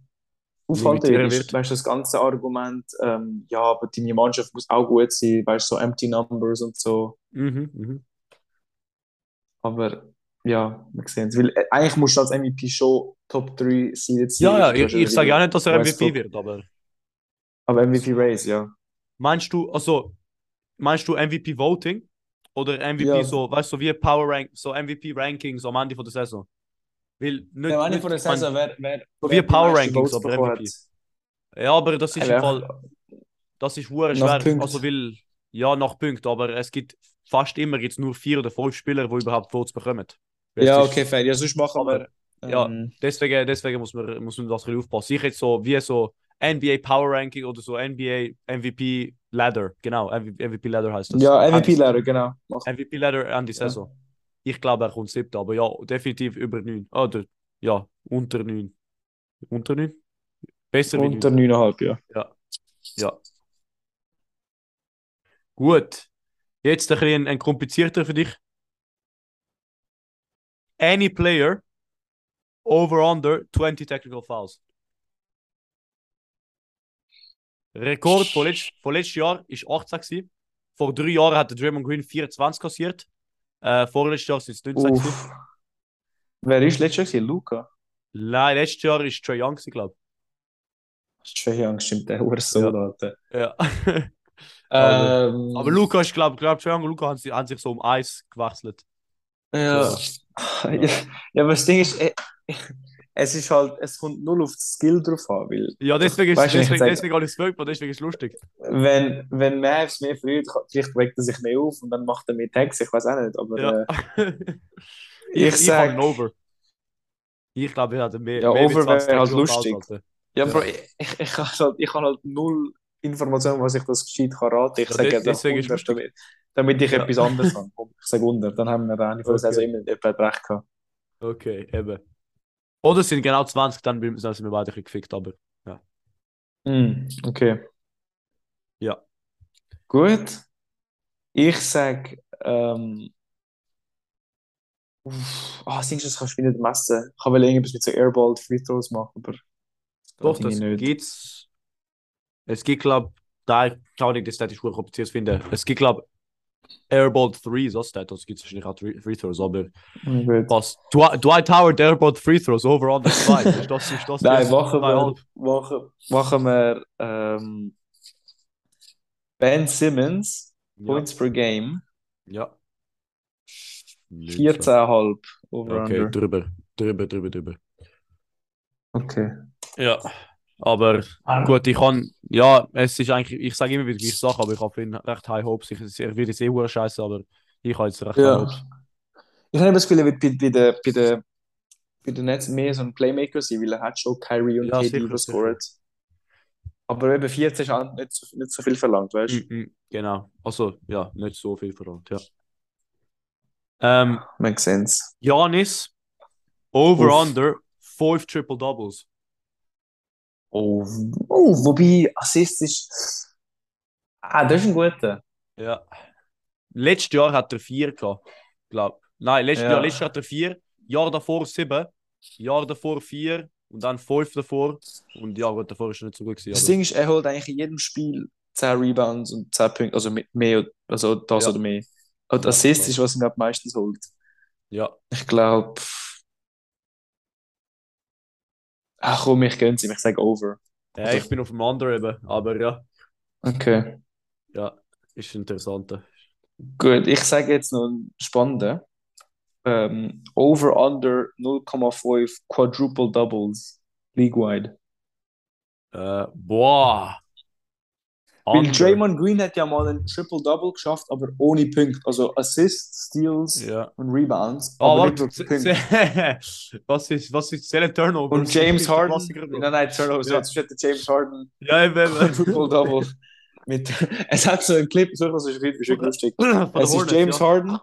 Speaker 2: auffällt,
Speaker 1: Limitieren
Speaker 2: ist,
Speaker 1: wird.
Speaker 2: weißt du, das ganze Argument, ähm, ja, aber deine Mannschaft muss auch gut sein, weißt du, so empty numbers und so.
Speaker 1: mhm, mhm.
Speaker 2: Aber ja, wir sehen es. Weil äh, eigentlich musst du als MVP schon Top 3 seeded sein.
Speaker 1: ja, ja, ich, ich sage auch
Speaker 2: ja
Speaker 1: nicht, dass er MVP
Speaker 2: Westbrook.
Speaker 1: wird, aber
Speaker 2: Aber MVP Race, ja.
Speaker 1: meinst du, also meinst du MVP Voting? Oder MVP
Speaker 2: Ja.
Speaker 1: so, weißt du, wie Power Rank, so MVP Rankings am Ende von der Saison? Weil nicht,
Speaker 2: Ja, eine
Speaker 1: nicht,
Speaker 2: von der
Speaker 1: ich mein-
Speaker 2: Saison, wer, wer,
Speaker 1: So
Speaker 2: wer
Speaker 1: wie
Speaker 2: die
Speaker 1: Power
Speaker 2: meisten
Speaker 1: Rankings,
Speaker 2: Votes
Speaker 1: aber
Speaker 2: bekommen
Speaker 1: MVP. Ja, aber das ist im
Speaker 2: Einfach-
Speaker 1: Fall, das ist hure
Speaker 2: Nach
Speaker 1: schwer.
Speaker 2: Punkt.
Speaker 1: Also will ja nach Punkt, aber es gibt fast immer jetzt nur vier oder fünf Spieler, die überhaupt Votes bekommen. Weil es
Speaker 2: Ja,
Speaker 1: ist-
Speaker 2: okay, fair. Ja, sonst machen
Speaker 1: Aber,
Speaker 2: wir.
Speaker 1: ja.
Speaker 2: Ähm,
Speaker 1: Deswegen, deswegen muss man muss man das ein bisschen aufpassen. Ich jetzt so wie so NBA Power Ranking oder so NBA MVP Ladder, genau MVP Ladder heißt das.
Speaker 2: ja,
Speaker 1: An-
Speaker 2: MVP-Lehrer, genau. Mach.
Speaker 1: MVP Ladder an die
Speaker 2: Ja.
Speaker 1: Saison. Ich glaube, er kommt siebter, aber ja, definitiv über neun. Oder ja, unter neun. Unter neun? Besser wie neun.
Speaker 2: Unter 9,5, ja.
Speaker 1: Gut. Jetzt ein bisschen ein komplizierter für dich. Any player over under 20 technical fouls. Rekord von, letzt, von letztes Jahr ist 18 gewesen. Vor drei Jahren hat der Draymond Green 24 kassiert. Äh, vorletztes Jahr sind es 19 gewesen.
Speaker 2: Uff. Wer ist letztes Jahr? Luca.
Speaker 1: Nein, letztes Jahr ist Trae Young, glaube
Speaker 2: Das ist schon young, stimmt, der Uhr so,
Speaker 1: Ja.
Speaker 2: Alter.
Speaker 1: ich. Ja. Aber-
Speaker 2: Ähm,
Speaker 1: Aber Luca ist, glaube ich, glaub, Trae Young und Luca haben, sich- haben sich so um Eis gewechselt.
Speaker 2: Ja. Ja. ja, aber das Ding ist, äh, es ist halt, es kommt null auf das Skill drauf an, weil
Speaker 1: Ja, deswegen ist
Speaker 2: Weißt du, wenn ich
Speaker 1: deswegen,
Speaker 2: sage-
Speaker 1: deswegen alles furchtbar, deswegen ist es lustig.
Speaker 2: wenn, wenn Mavs mehr freut, kann- vielleicht weckt er sich mehr auf und dann macht er mehr Tags, ich weiß auch nicht, aber
Speaker 1: Ja.
Speaker 2: äh, ich sag-
Speaker 1: hab ihn over. Ich glaube, er hat mehr.
Speaker 2: Ja,
Speaker 1: mehr
Speaker 2: over eh,
Speaker 1: als 20
Speaker 2: wäre halt
Speaker 1: Stunden
Speaker 2: lustig.
Speaker 1: aushalten.
Speaker 2: ja,
Speaker 1: Ja.
Speaker 2: Bro, ich, ich, ich habe halt, ich habe halt null Informationen, was ich das gescheit kann raten. Ich
Speaker 1: Ja,
Speaker 2: sage
Speaker 1: de-
Speaker 2: jetzt einfach
Speaker 1: deswegen ist
Speaker 2: 100, damit, damit ich
Speaker 1: Ja.
Speaker 2: etwas anderes habe. Komm, Ich sage 100, dann haben wir eine von der
Speaker 1: Okay.
Speaker 2: Saison immer jemand recht gehabt.
Speaker 1: Okay, eben. Oder es sind genau 20, dann bin- dann sind wir beide ein bisschen gefickt, aber.
Speaker 2: Hm, okay.
Speaker 1: Ja.
Speaker 2: Gut. Ich sag, ähm, uff, ah, Ding ist, das kannst du wieder messen. Ich will irgendwas mit so Airball Free Throws machen, aber das
Speaker 1: Doch,
Speaker 2: geht
Speaker 1: das
Speaker 2: irgendwie nicht.
Speaker 1: gibt's. Es gibt, glaube da ich auch nicht, das Stat ist wirklich kompliziert zu finden. Es gibt, glaube Airball 3, so Stat, das gibt es wahrscheinlich auch Three- Free Throws, aber
Speaker 2: Na gut.
Speaker 1: was? Dw Dwight Howard, Airball Free Throws, over on the side. Dus Ist das, ist das
Speaker 2: Nein,
Speaker 1: jetzt
Speaker 2: machen wir,
Speaker 1: zweieinhalb?
Speaker 2: machen, machen wir ähm, ehm, Ben Simmons,
Speaker 1: Ja,
Speaker 2: Points per Game,
Speaker 1: Ja.
Speaker 2: 14,5 over
Speaker 1: Okay,
Speaker 2: under.
Speaker 1: drüber. Drüber, drüber, drüber.
Speaker 2: Okay.
Speaker 1: Ja. Aber
Speaker 2: Ah.
Speaker 1: gut, ich kann. Ja, es ist eigentlich. Ich sage immer wieder die gleiche Sache, aber ich habe für ihn recht High Hopes. Ich, er wird jetzt eh hure scheiße, aber ich habe jetzt recht
Speaker 2: Ja.
Speaker 1: High Hopes.
Speaker 2: Ich habe das Gefühl, er wird bei, bei den bei der, bei den Nets mehr so ein Playmaker sein, weil er hat schon Kyrie und
Speaker 1: Ja,
Speaker 2: KD
Speaker 1: sicher,
Speaker 2: überscored. Aber eben 14 ist auch nicht so, nicht so viel verlangt, weißt du?
Speaker 1: Mhm, genau. Also, ja, nicht so viel verlangt, ja. Ähm,
Speaker 2: Makes sense.
Speaker 1: Janis, over
Speaker 2: Uff.
Speaker 1: under, 5 Triple Doubles.
Speaker 2: Oh, oh, wobei Assist ist. Ah, das ist ein guter.
Speaker 1: Ja. Letztes Jahr hat er 4 gehabt, glaube Nein, letztes
Speaker 2: Ja.
Speaker 1: Jahr, letztes Jahr hat er 4, Jahr davor 7, Jahr davor 4 und dann 5 davor. Und ja, gut, davor ist er nicht so gut
Speaker 2: Das
Speaker 1: gewesen.
Speaker 2: Ding ist, er holt eigentlich in jedem Spiel 10 Rebounds und 10 Punkte, also mit- mehr, also das
Speaker 1: Ja.
Speaker 2: oder mehr. Und
Speaker 1: Ja,
Speaker 2: Assist
Speaker 1: klar.
Speaker 2: ist, was ihn am meistens holt.
Speaker 1: Aber, ja,
Speaker 2: Ich glaube. Ach komm, ich gönn's ihm, ich sage over.
Speaker 1: ja, ich bin auf dem anderen eben, aber ja,
Speaker 2: Okay.
Speaker 1: ja, ist interessant.
Speaker 2: Gut, ich sage jetzt noch einen spannenden. Ähm, over under 0,5 Quadruple Doubles League-wide.
Speaker 1: Äh, boah.
Speaker 2: Weil
Speaker 1: Under.
Speaker 2: Draymond Green hat ja mal einen Triple-Double geschafft, aber ohne Punkte. Also Assists, Steals
Speaker 1: Ja.
Speaker 2: und Rebounds.
Speaker 1: Ah,
Speaker 2: aber
Speaker 1: warte.
Speaker 2: nicht
Speaker 1: se-
Speaker 2: wirklich Punkte.
Speaker 1: se- was ist, was ist Zelle Turnover?
Speaker 2: Und James Harden. Nein,
Speaker 1: Ja,
Speaker 2: nein, Turnovers.
Speaker 1: Ja.
Speaker 2: Jetzt steht der James Harden
Speaker 1: eben. eben.
Speaker 2: Triple-Double. mit, es hat so einen Clip, so was ist richtig lustig.
Speaker 1: Von den
Speaker 2: Es ist
Speaker 1: Hornets,
Speaker 2: James
Speaker 1: ja.
Speaker 2: Harden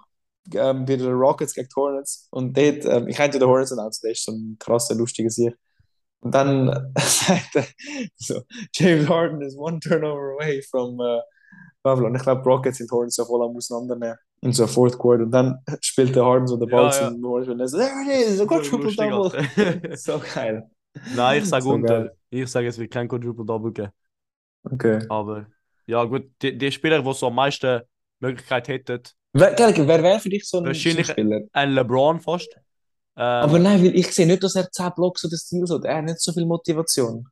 Speaker 2: ähm, bei den Rockets gegen die Hornets. Und dort, ähm, ich hätte den Hornets announced, der ist so ein krasser, lustiger Sieg. Und dann sagt er, so, James Harden is one turnover away from äh, bla bla. Und ich glaube, die Rockets sind die Hornets so voll am Auseinandernehmen in so einem Fourth Quarter. Und dann spielt der Harden so den
Speaker 1: Ja,
Speaker 2: Ball
Speaker 1: ja.
Speaker 2: zum Hornets und er so, there it is, a quadruple
Speaker 1: Lustig,
Speaker 2: double.
Speaker 1: Alter.
Speaker 2: so geil.
Speaker 1: Nein, ich sage
Speaker 2: So
Speaker 1: unter.
Speaker 2: geil.
Speaker 1: Ich sage, es wird kein Quadruple Double geben.
Speaker 2: Okay.
Speaker 1: Aber ja, gut, die, die Spieler, die so am meisten Möglichkeit hätten,
Speaker 2: Wer, gell, wer wäre für dich so ein, so ein
Speaker 1: Wahrscheinlich-
Speaker 2: Spieler?
Speaker 1: ein LeBron fast. Ähm,
Speaker 2: Aber nein, weil ich sehe nicht, dass er 10 Blocks oder Steals hat. Er hat nicht so viel Motivation.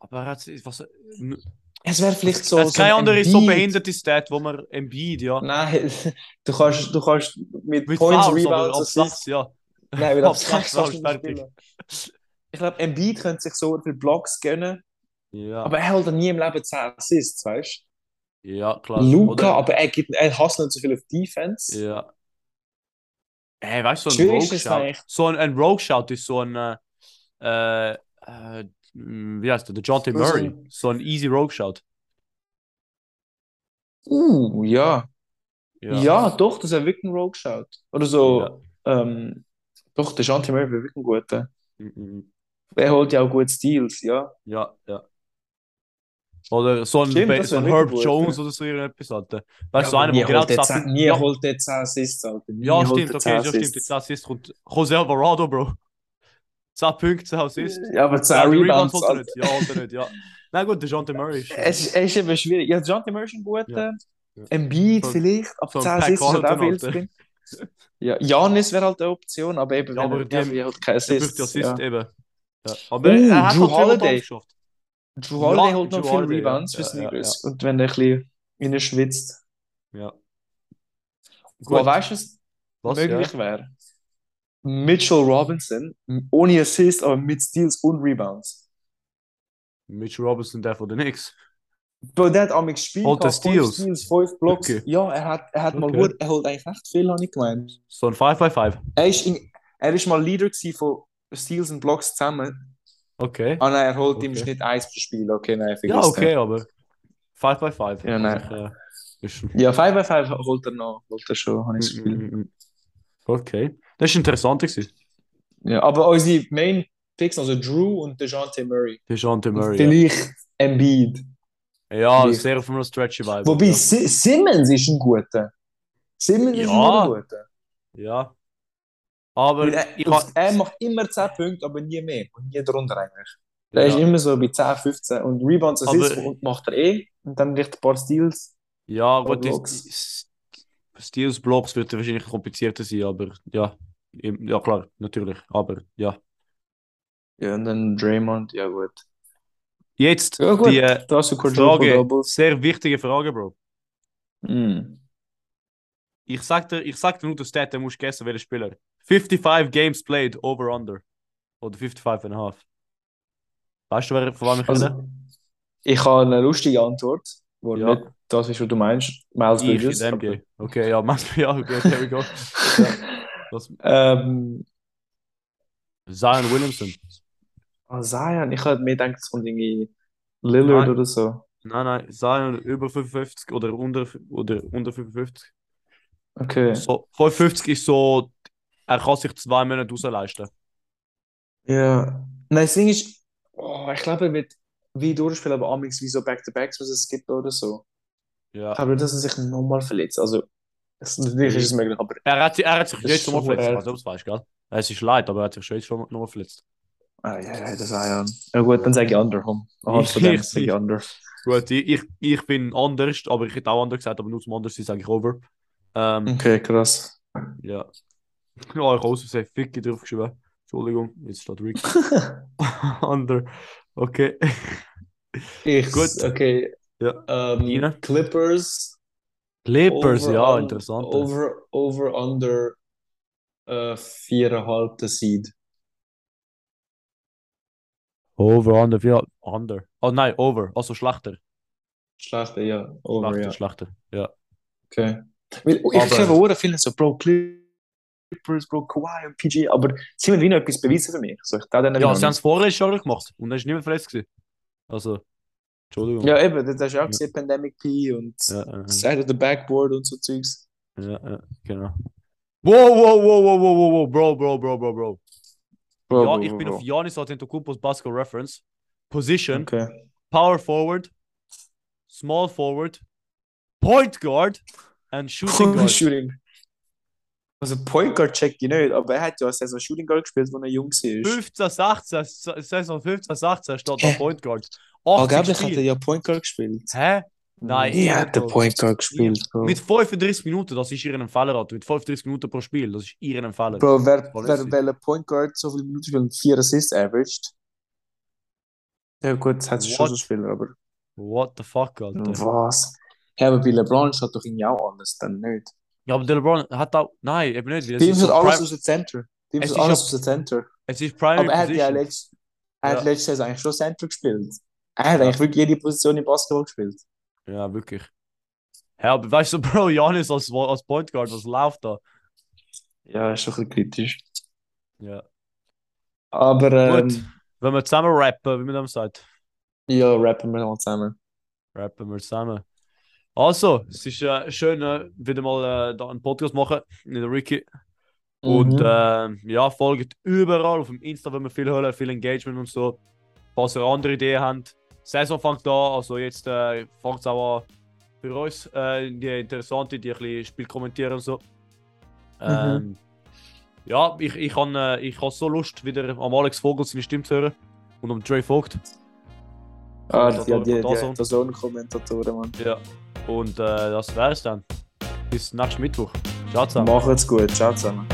Speaker 1: aber er hat, was, n-
Speaker 2: Es wäre vielleicht so.
Speaker 1: es ist
Speaker 2: so
Speaker 1: keine
Speaker 2: ein
Speaker 1: andere so
Speaker 2: Embiid.
Speaker 1: behinderte Stat, wo man Embiid, ja.
Speaker 2: Nein, du kannst, du kannst mit,
Speaker 1: Mit
Speaker 2: Points,
Speaker 1: Fouls, aber
Speaker 2: Rebounds,
Speaker 1: Absatz,
Speaker 2: Assists.
Speaker 1: ja.
Speaker 2: Nein, mit
Speaker 1: ab Sachs
Speaker 2: Absatz kannst du
Speaker 1: warst
Speaker 2: nicht
Speaker 1: fertig.
Speaker 2: spielen. Ich glaube, Embiid könnte sich so viele Blocks gönnen,
Speaker 1: Ja,
Speaker 2: aber er holt dann nie im Leben 10 Assists, weißt
Speaker 1: ja,
Speaker 2: du?
Speaker 1: klar.
Speaker 2: Luca,
Speaker 1: Oder-
Speaker 2: aber er, gibt, er hasst nicht so viel auf Defense.
Speaker 1: Ja. Ey, weißt du, so ein
Speaker 2: Schwierig ist
Speaker 1: Rogue
Speaker 2: es
Speaker 1: Shout.
Speaker 2: eigentlich.
Speaker 1: So ein, ein Rogue Shout ist so ein. Äh, äh, äh, wie heißt der? Der John T.
Speaker 2: So ein-
Speaker 1: Murray. So ein easy Rogue Shout.
Speaker 2: Uh, ja. ja.
Speaker 1: ja.
Speaker 2: doch, dass er wirklich einen Rogue schaut. Oder so, ähm, doch, der Jean Murray wäre wirklich ein guter.
Speaker 1: Mhm.
Speaker 2: Er holt ja auch gute Steals, ja.
Speaker 1: Ja, ja. Oder so ein,
Speaker 2: Stimmt,
Speaker 1: Be-
Speaker 2: das
Speaker 1: so ein
Speaker 2: wär
Speaker 1: Herb
Speaker 2: wirklich gut,
Speaker 1: Jones
Speaker 2: ja.
Speaker 1: oder so irgendetwas. Alter. Weißt du, so
Speaker 2: aber
Speaker 1: einer,
Speaker 2: nie
Speaker 1: der genau
Speaker 2: holt er
Speaker 1: das
Speaker 2: 10 nie
Speaker 1: Ja,
Speaker 2: holt er 10 Assists, Alter. Nie
Speaker 1: ja
Speaker 2: holt
Speaker 1: stimmt,
Speaker 2: er
Speaker 1: okay,
Speaker 2: 10
Speaker 1: ja, stimmt.
Speaker 2: Assists.
Speaker 1: Jetzt Assist kommt José Alvarado, Bro. 10 Punkte, 10 Assists.
Speaker 2: Ja, aber 10
Speaker 1: Ja, die
Speaker 2: Rebounds.
Speaker 1: holt er nicht. Ja, holt er nicht, ja. Na gut, der John T. Nou, Murray ist.
Speaker 2: Es, ist- es ist eben schwierig. Ja, John Timmer ist ein guter.
Speaker 1: Ja.
Speaker 2: ähm, Embiid
Speaker 1: So-
Speaker 2: vielleicht, aber
Speaker 1: so ein
Speaker 2: 10
Speaker 1: Pat
Speaker 2: Assists ist halt auch
Speaker 1: Connaughton,
Speaker 2: viel zu
Speaker 1: Alter.
Speaker 2: drin. Ja, Janis wäre halt eine Option, aber eben,
Speaker 1: Ja,
Speaker 2: wenn
Speaker 1: aber
Speaker 2: er-
Speaker 1: dem-
Speaker 2: ja, er hat keine
Speaker 1: Der braucht
Speaker 2: Assists.
Speaker 1: ja Assist
Speaker 2: ja.
Speaker 1: eben. Ja. Aber
Speaker 2: Uh,
Speaker 1: er hat
Speaker 2: Drew
Speaker 1: noch Triple Double
Speaker 2: Holiday.
Speaker 1: geschafft.
Speaker 2: Drew Holiday
Speaker 1: Ja,
Speaker 2: holt noch
Speaker 1: Drew
Speaker 2: viel
Speaker 1: Holiday, ja.
Speaker 2: Rebounds für
Speaker 1: Ja, ja,
Speaker 2: Sneakers und wenn er ein bisschen innen schwitzt.
Speaker 1: Ja.
Speaker 2: Wo
Speaker 1: Gut.
Speaker 2: weißt du, was
Speaker 1: Was,
Speaker 2: möglich wäre? Mitchell Robinson, ohne Assists, aber mit Steals und Rebounds.
Speaker 1: Mitch Robinson, der von den Knicks.
Speaker 2: Bro, der hat auch mit Spiel
Speaker 1: Holt er
Speaker 2: gehabt, fünf
Speaker 1: Steals?
Speaker 2: Steals, fünf Blocks.
Speaker 1: Okay.
Speaker 2: Ja, er hat, er hat mal
Speaker 1: Okay.
Speaker 2: gut, er holt eigentlich recht viel, habe ich gemeint.
Speaker 1: So ein 5-5-5.
Speaker 2: Er ist, in, er ist mal Leader gewesen von Steals und Blocks zusammen.
Speaker 1: Okay.
Speaker 2: Ah nein, er holt
Speaker 1: Okay.
Speaker 2: im Schnitt eins pro Spiel. Okay, nein,
Speaker 1: Ja,
Speaker 2: vergiss
Speaker 1: okay, aber 5-5-5.
Speaker 2: Ja, nein.
Speaker 1: Ist
Speaker 2: den. Ja, 5 x 5 holt er noch. Holt er schon, habe ich das Gefühl.
Speaker 1: Okay. Das ist interessant. gewesen.
Speaker 2: Ja, aber unsere Main Picks, also Drew und DeJounte Murray.
Speaker 1: Der John T.
Speaker 2: Und
Speaker 1: Murray.
Speaker 2: vielleicht Embiid.
Speaker 1: Ja, ja
Speaker 2: vielleicht.
Speaker 1: sehr auf einem stretchy Vibe.
Speaker 2: Wobei Si- Simmons ist ein guter. Simmons ist
Speaker 1: Ja.
Speaker 2: ein guter.
Speaker 1: Ja. Aber
Speaker 2: Weil
Speaker 1: ich,
Speaker 2: Er,
Speaker 1: ha-
Speaker 2: auf- er macht immer 10 Punkte, aber nie mehr. Und nie drunter eigentlich. Er ist
Speaker 1: ja,
Speaker 2: immer so bei 10, 15 und Rebounds Assists
Speaker 1: Aber-
Speaker 2: macht er eh. Und dann vielleicht ein paar Steals.
Speaker 1: ja
Speaker 2: Oder
Speaker 1: gut,
Speaker 2: Blocks.
Speaker 1: ist- Steals Blocks wird wahrscheinlich komplizierter sein, aber ja. Ja, klar, natürlich. Aber ja.
Speaker 2: Ja, und dann Draymond, ja gut.
Speaker 1: Jetzt
Speaker 2: Ja gut,
Speaker 1: die äh,
Speaker 2: da hast du Quadruple
Speaker 1: Frage,
Speaker 2: Doubles. Hm.
Speaker 1: sehr wichtige Frage, Bro.
Speaker 2: Mm.
Speaker 1: Ich sag dir, ich sag dir nur den Stat, den musst du gessen, welcher Spieler. 55 Games played, over under. Oder 55 and a half. Weißt du, wer, von wem ich rede?
Speaker 2: Also, ich habe eine lustige Antwort, wo
Speaker 1: Ja.
Speaker 2: nicht das ist, was du meinst. Miles
Speaker 1: Ich in
Speaker 2: Bridges.
Speaker 1: der
Speaker 2: aber-
Speaker 1: NBA. Okay, ja, machst du ja, okay, there we go. Ja. Das,
Speaker 2: Ähm,
Speaker 1: Zion Williamson.
Speaker 2: oh, Zion, ich hätte mir gedacht, es kommt irgendwie Lillard
Speaker 1: Nein.
Speaker 2: oder so.
Speaker 1: Nein, nein, Zion über 55 oder unter, oder unter 55.
Speaker 2: Okay.
Speaker 1: So, 55 ist so, er kann sich zwei Monate rausleisten.
Speaker 2: Ja. Nein, das Ding ist, oh, ich glaube, er wird wie durchspielen, aber amigs wie so Back-to-Backs, was es gibt oder so.
Speaker 1: Ja.
Speaker 2: Ich glaube, dass er sich nochmal verletzt. Also, es,
Speaker 1: Mhm.
Speaker 2: natürlich ist es möglich, aber
Speaker 1: Er hat, er hat sich
Speaker 2: Das
Speaker 1: jetzt
Speaker 2: ist
Speaker 1: schon mal
Speaker 2: schon
Speaker 1: verletzt,
Speaker 2: real.
Speaker 1: also, das weißt du, gell? Es ist leid, aber er hat sich schon jetzt schon nochmal verletzt.
Speaker 2: Ah, ja, ja, das war ja. Ja gut, dann sage ich Under, komm. Anhand von dem
Speaker 1: Ich-
Speaker 2: sage ich Under.
Speaker 1: Gut, ich, ich, ich bin anders, aber ich hätte auch anders gesagt, aber nur zum anders sage ich over. Ähm,
Speaker 2: Okay, krass.
Speaker 1: Ja. Ja, ich habe aus Versehen Ficky draufgeschrieben. Entschuldigung, jetzt steht Rick. Under. Okay.
Speaker 2: Ich,
Speaker 1: Gut.
Speaker 2: okay.
Speaker 1: Ja.
Speaker 2: Ähm,
Speaker 1: Nina?
Speaker 2: Clippers,
Speaker 1: Clippers,
Speaker 2: over,
Speaker 1: ja,
Speaker 2: un-
Speaker 1: interessant.
Speaker 2: Over, over, Under, äh, viereinhalb der Seed.
Speaker 1: Over, under, ja, under. Oh nein, over, also schlechter.
Speaker 2: Schlechter, ja. Over,
Speaker 1: Schlechter,
Speaker 2: ja.
Speaker 1: schlechter. Ja.
Speaker 2: Okay. Weil, ich
Speaker 1: Aber-
Speaker 2: höre auch viele so, Bro, Clippers, Bro, Kawhi und PG, aber sie müssen wie noch etwas beweisen für mich. So, ich darf denen
Speaker 1: Ja,
Speaker 2: noch
Speaker 1: sie haben es vorletztes Jahr gemacht und dann ist niemand verletzt gewesen. Also, Entschuldigung.
Speaker 2: Ja, eben, das hast du ja
Speaker 1: Ja.
Speaker 2: auch gesehen, Pandemic P und
Speaker 1: Ja, äh,
Speaker 2: Side of the Backboard und so Zeugs.
Speaker 1: ja, ja, genau. Wow, wow, wow, wow, wow, wow, wow, Bro, Bro, Bro, Bro, Bro.
Speaker 2: Bro,
Speaker 1: Ja,
Speaker 2: bro,
Speaker 1: ich
Speaker 2: bro,
Speaker 1: bin
Speaker 2: bro.
Speaker 1: auf Giannis Antetokounmpos Basketball Reference. Position,
Speaker 2: Okay.
Speaker 1: power forward, small forward, point guard and shooting
Speaker 2: Shooting
Speaker 1: guard.
Speaker 2: Shooting. Also Point Guard checkt ich nicht, aber er hat ja eine Saison Shooting Guard gespielt, als er jung war.
Speaker 1: 15, 16, Se- Saison 15, 16 steht da
Speaker 2: Hä?
Speaker 1: Point Guard. 80
Speaker 2: Angeblich hat er
Speaker 1: Spiele.
Speaker 2: Oh, ja Point Guard gespielt.
Speaker 1: Hä? Nein,
Speaker 2: Nie
Speaker 1: ich-
Speaker 2: hat er Point Guard gespielt, Bro.
Speaker 1: Mit 35 Minuten, das ist ihren Fehler, Alter. Mit 35 Minuten pro Spiel, das ist ihren Fehler.
Speaker 2: Bro, wer,
Speaker 1: Voll
Speaker 2: wer,
Speaker 1: easy.
Speaker 2: welcher Point Guard so viele Minuten spielt und vier Assists averaged? Ja gut, das hat es schon
Speaker 1: What?
Speaker 2: so Spieler, aber
Speaker 1: What the fuck, Alter.
Speaker 2: was? Hä, aber bei LeBron schaut doch irgendwie auch anders, dann nicht.
Speaker 1: Ja, aber der LeBron hat auch. Nein, eben nicht. weil
Speaker 2: Bei
Speaker 1: Es
Speaker 2: ihm
Speaker 1: ist,
Speaker 2: schaut
Speaker 1: so
Speaker 2: alles
Speaker 1: Prime,
Speaker 2: aus dem Center. Bei ihm
Speaker 1: Es
Speaker 2: schaut
Speaker 1: ist
Speaker 2: alles
Speaker 1: ja-
Speaker 2: aus dem Center.
Speaker 1: es ist Primary
Speaker 2: Aber er hat ja
Speaker 1: Position.
Speaker 2: letzt, er
Speaker 1: Ja.
Speaker 2: hat letztes Saison eigentlich schon Center gespielt. Er hat
Speaker 1: Ja.
Speaker 2: eigentlich wirklich jede Position im Basketball gespielt.
Speaker 1: Ja, wirklich. Hä, aber weißt du, Bro, Janis als, als Point Guard, was läuft da?
Speaker 2: Ja, ist schon ein bisschen kritisch.
Speaker 1: Ja.
Speaker 2: Aber
Speaker 1: Gut.
Speaker 2: ähm,
Speaker 1: Wenn wir zusammen rappen, wie man dem sagt,
Speaker 2: ja, rappen wir mal zusammen.
Speaker 1: rappen wir zusammen. Also, es ist äh, schön, äh, wieder mal äh, da einen Podcast machen mit dem Ricky. Und
Speaker 2: Mhm.
Speaker 1: ähm, ja, folgt überall auf dem Insta, wenn wir viel hören, viel Engagement und so. Falls ihr andere Ideen habt, Saison fängt an, also jetzt äh, fängt es auch an für uns, äh, die Interessante, die ein bisschen Spiel kommentieren und so. Ähm, Ja, ich, ich habe äh, ich hab so Lust, wieder am Alex Vogel seine Stimme zu hören und am Trey Vogt.
Speaker 2: ah, die, die, die,
Speaker 1: Kommentatoren.
Speaker 2: die, die Zone-Kommentatoren, Mann.
Speaker 1: Ja. Und äh, das wär's dann. Bis nächsten Mittwoch. Ciao zusammen.
Speaker 2: Macht's gut, ciao zusammen.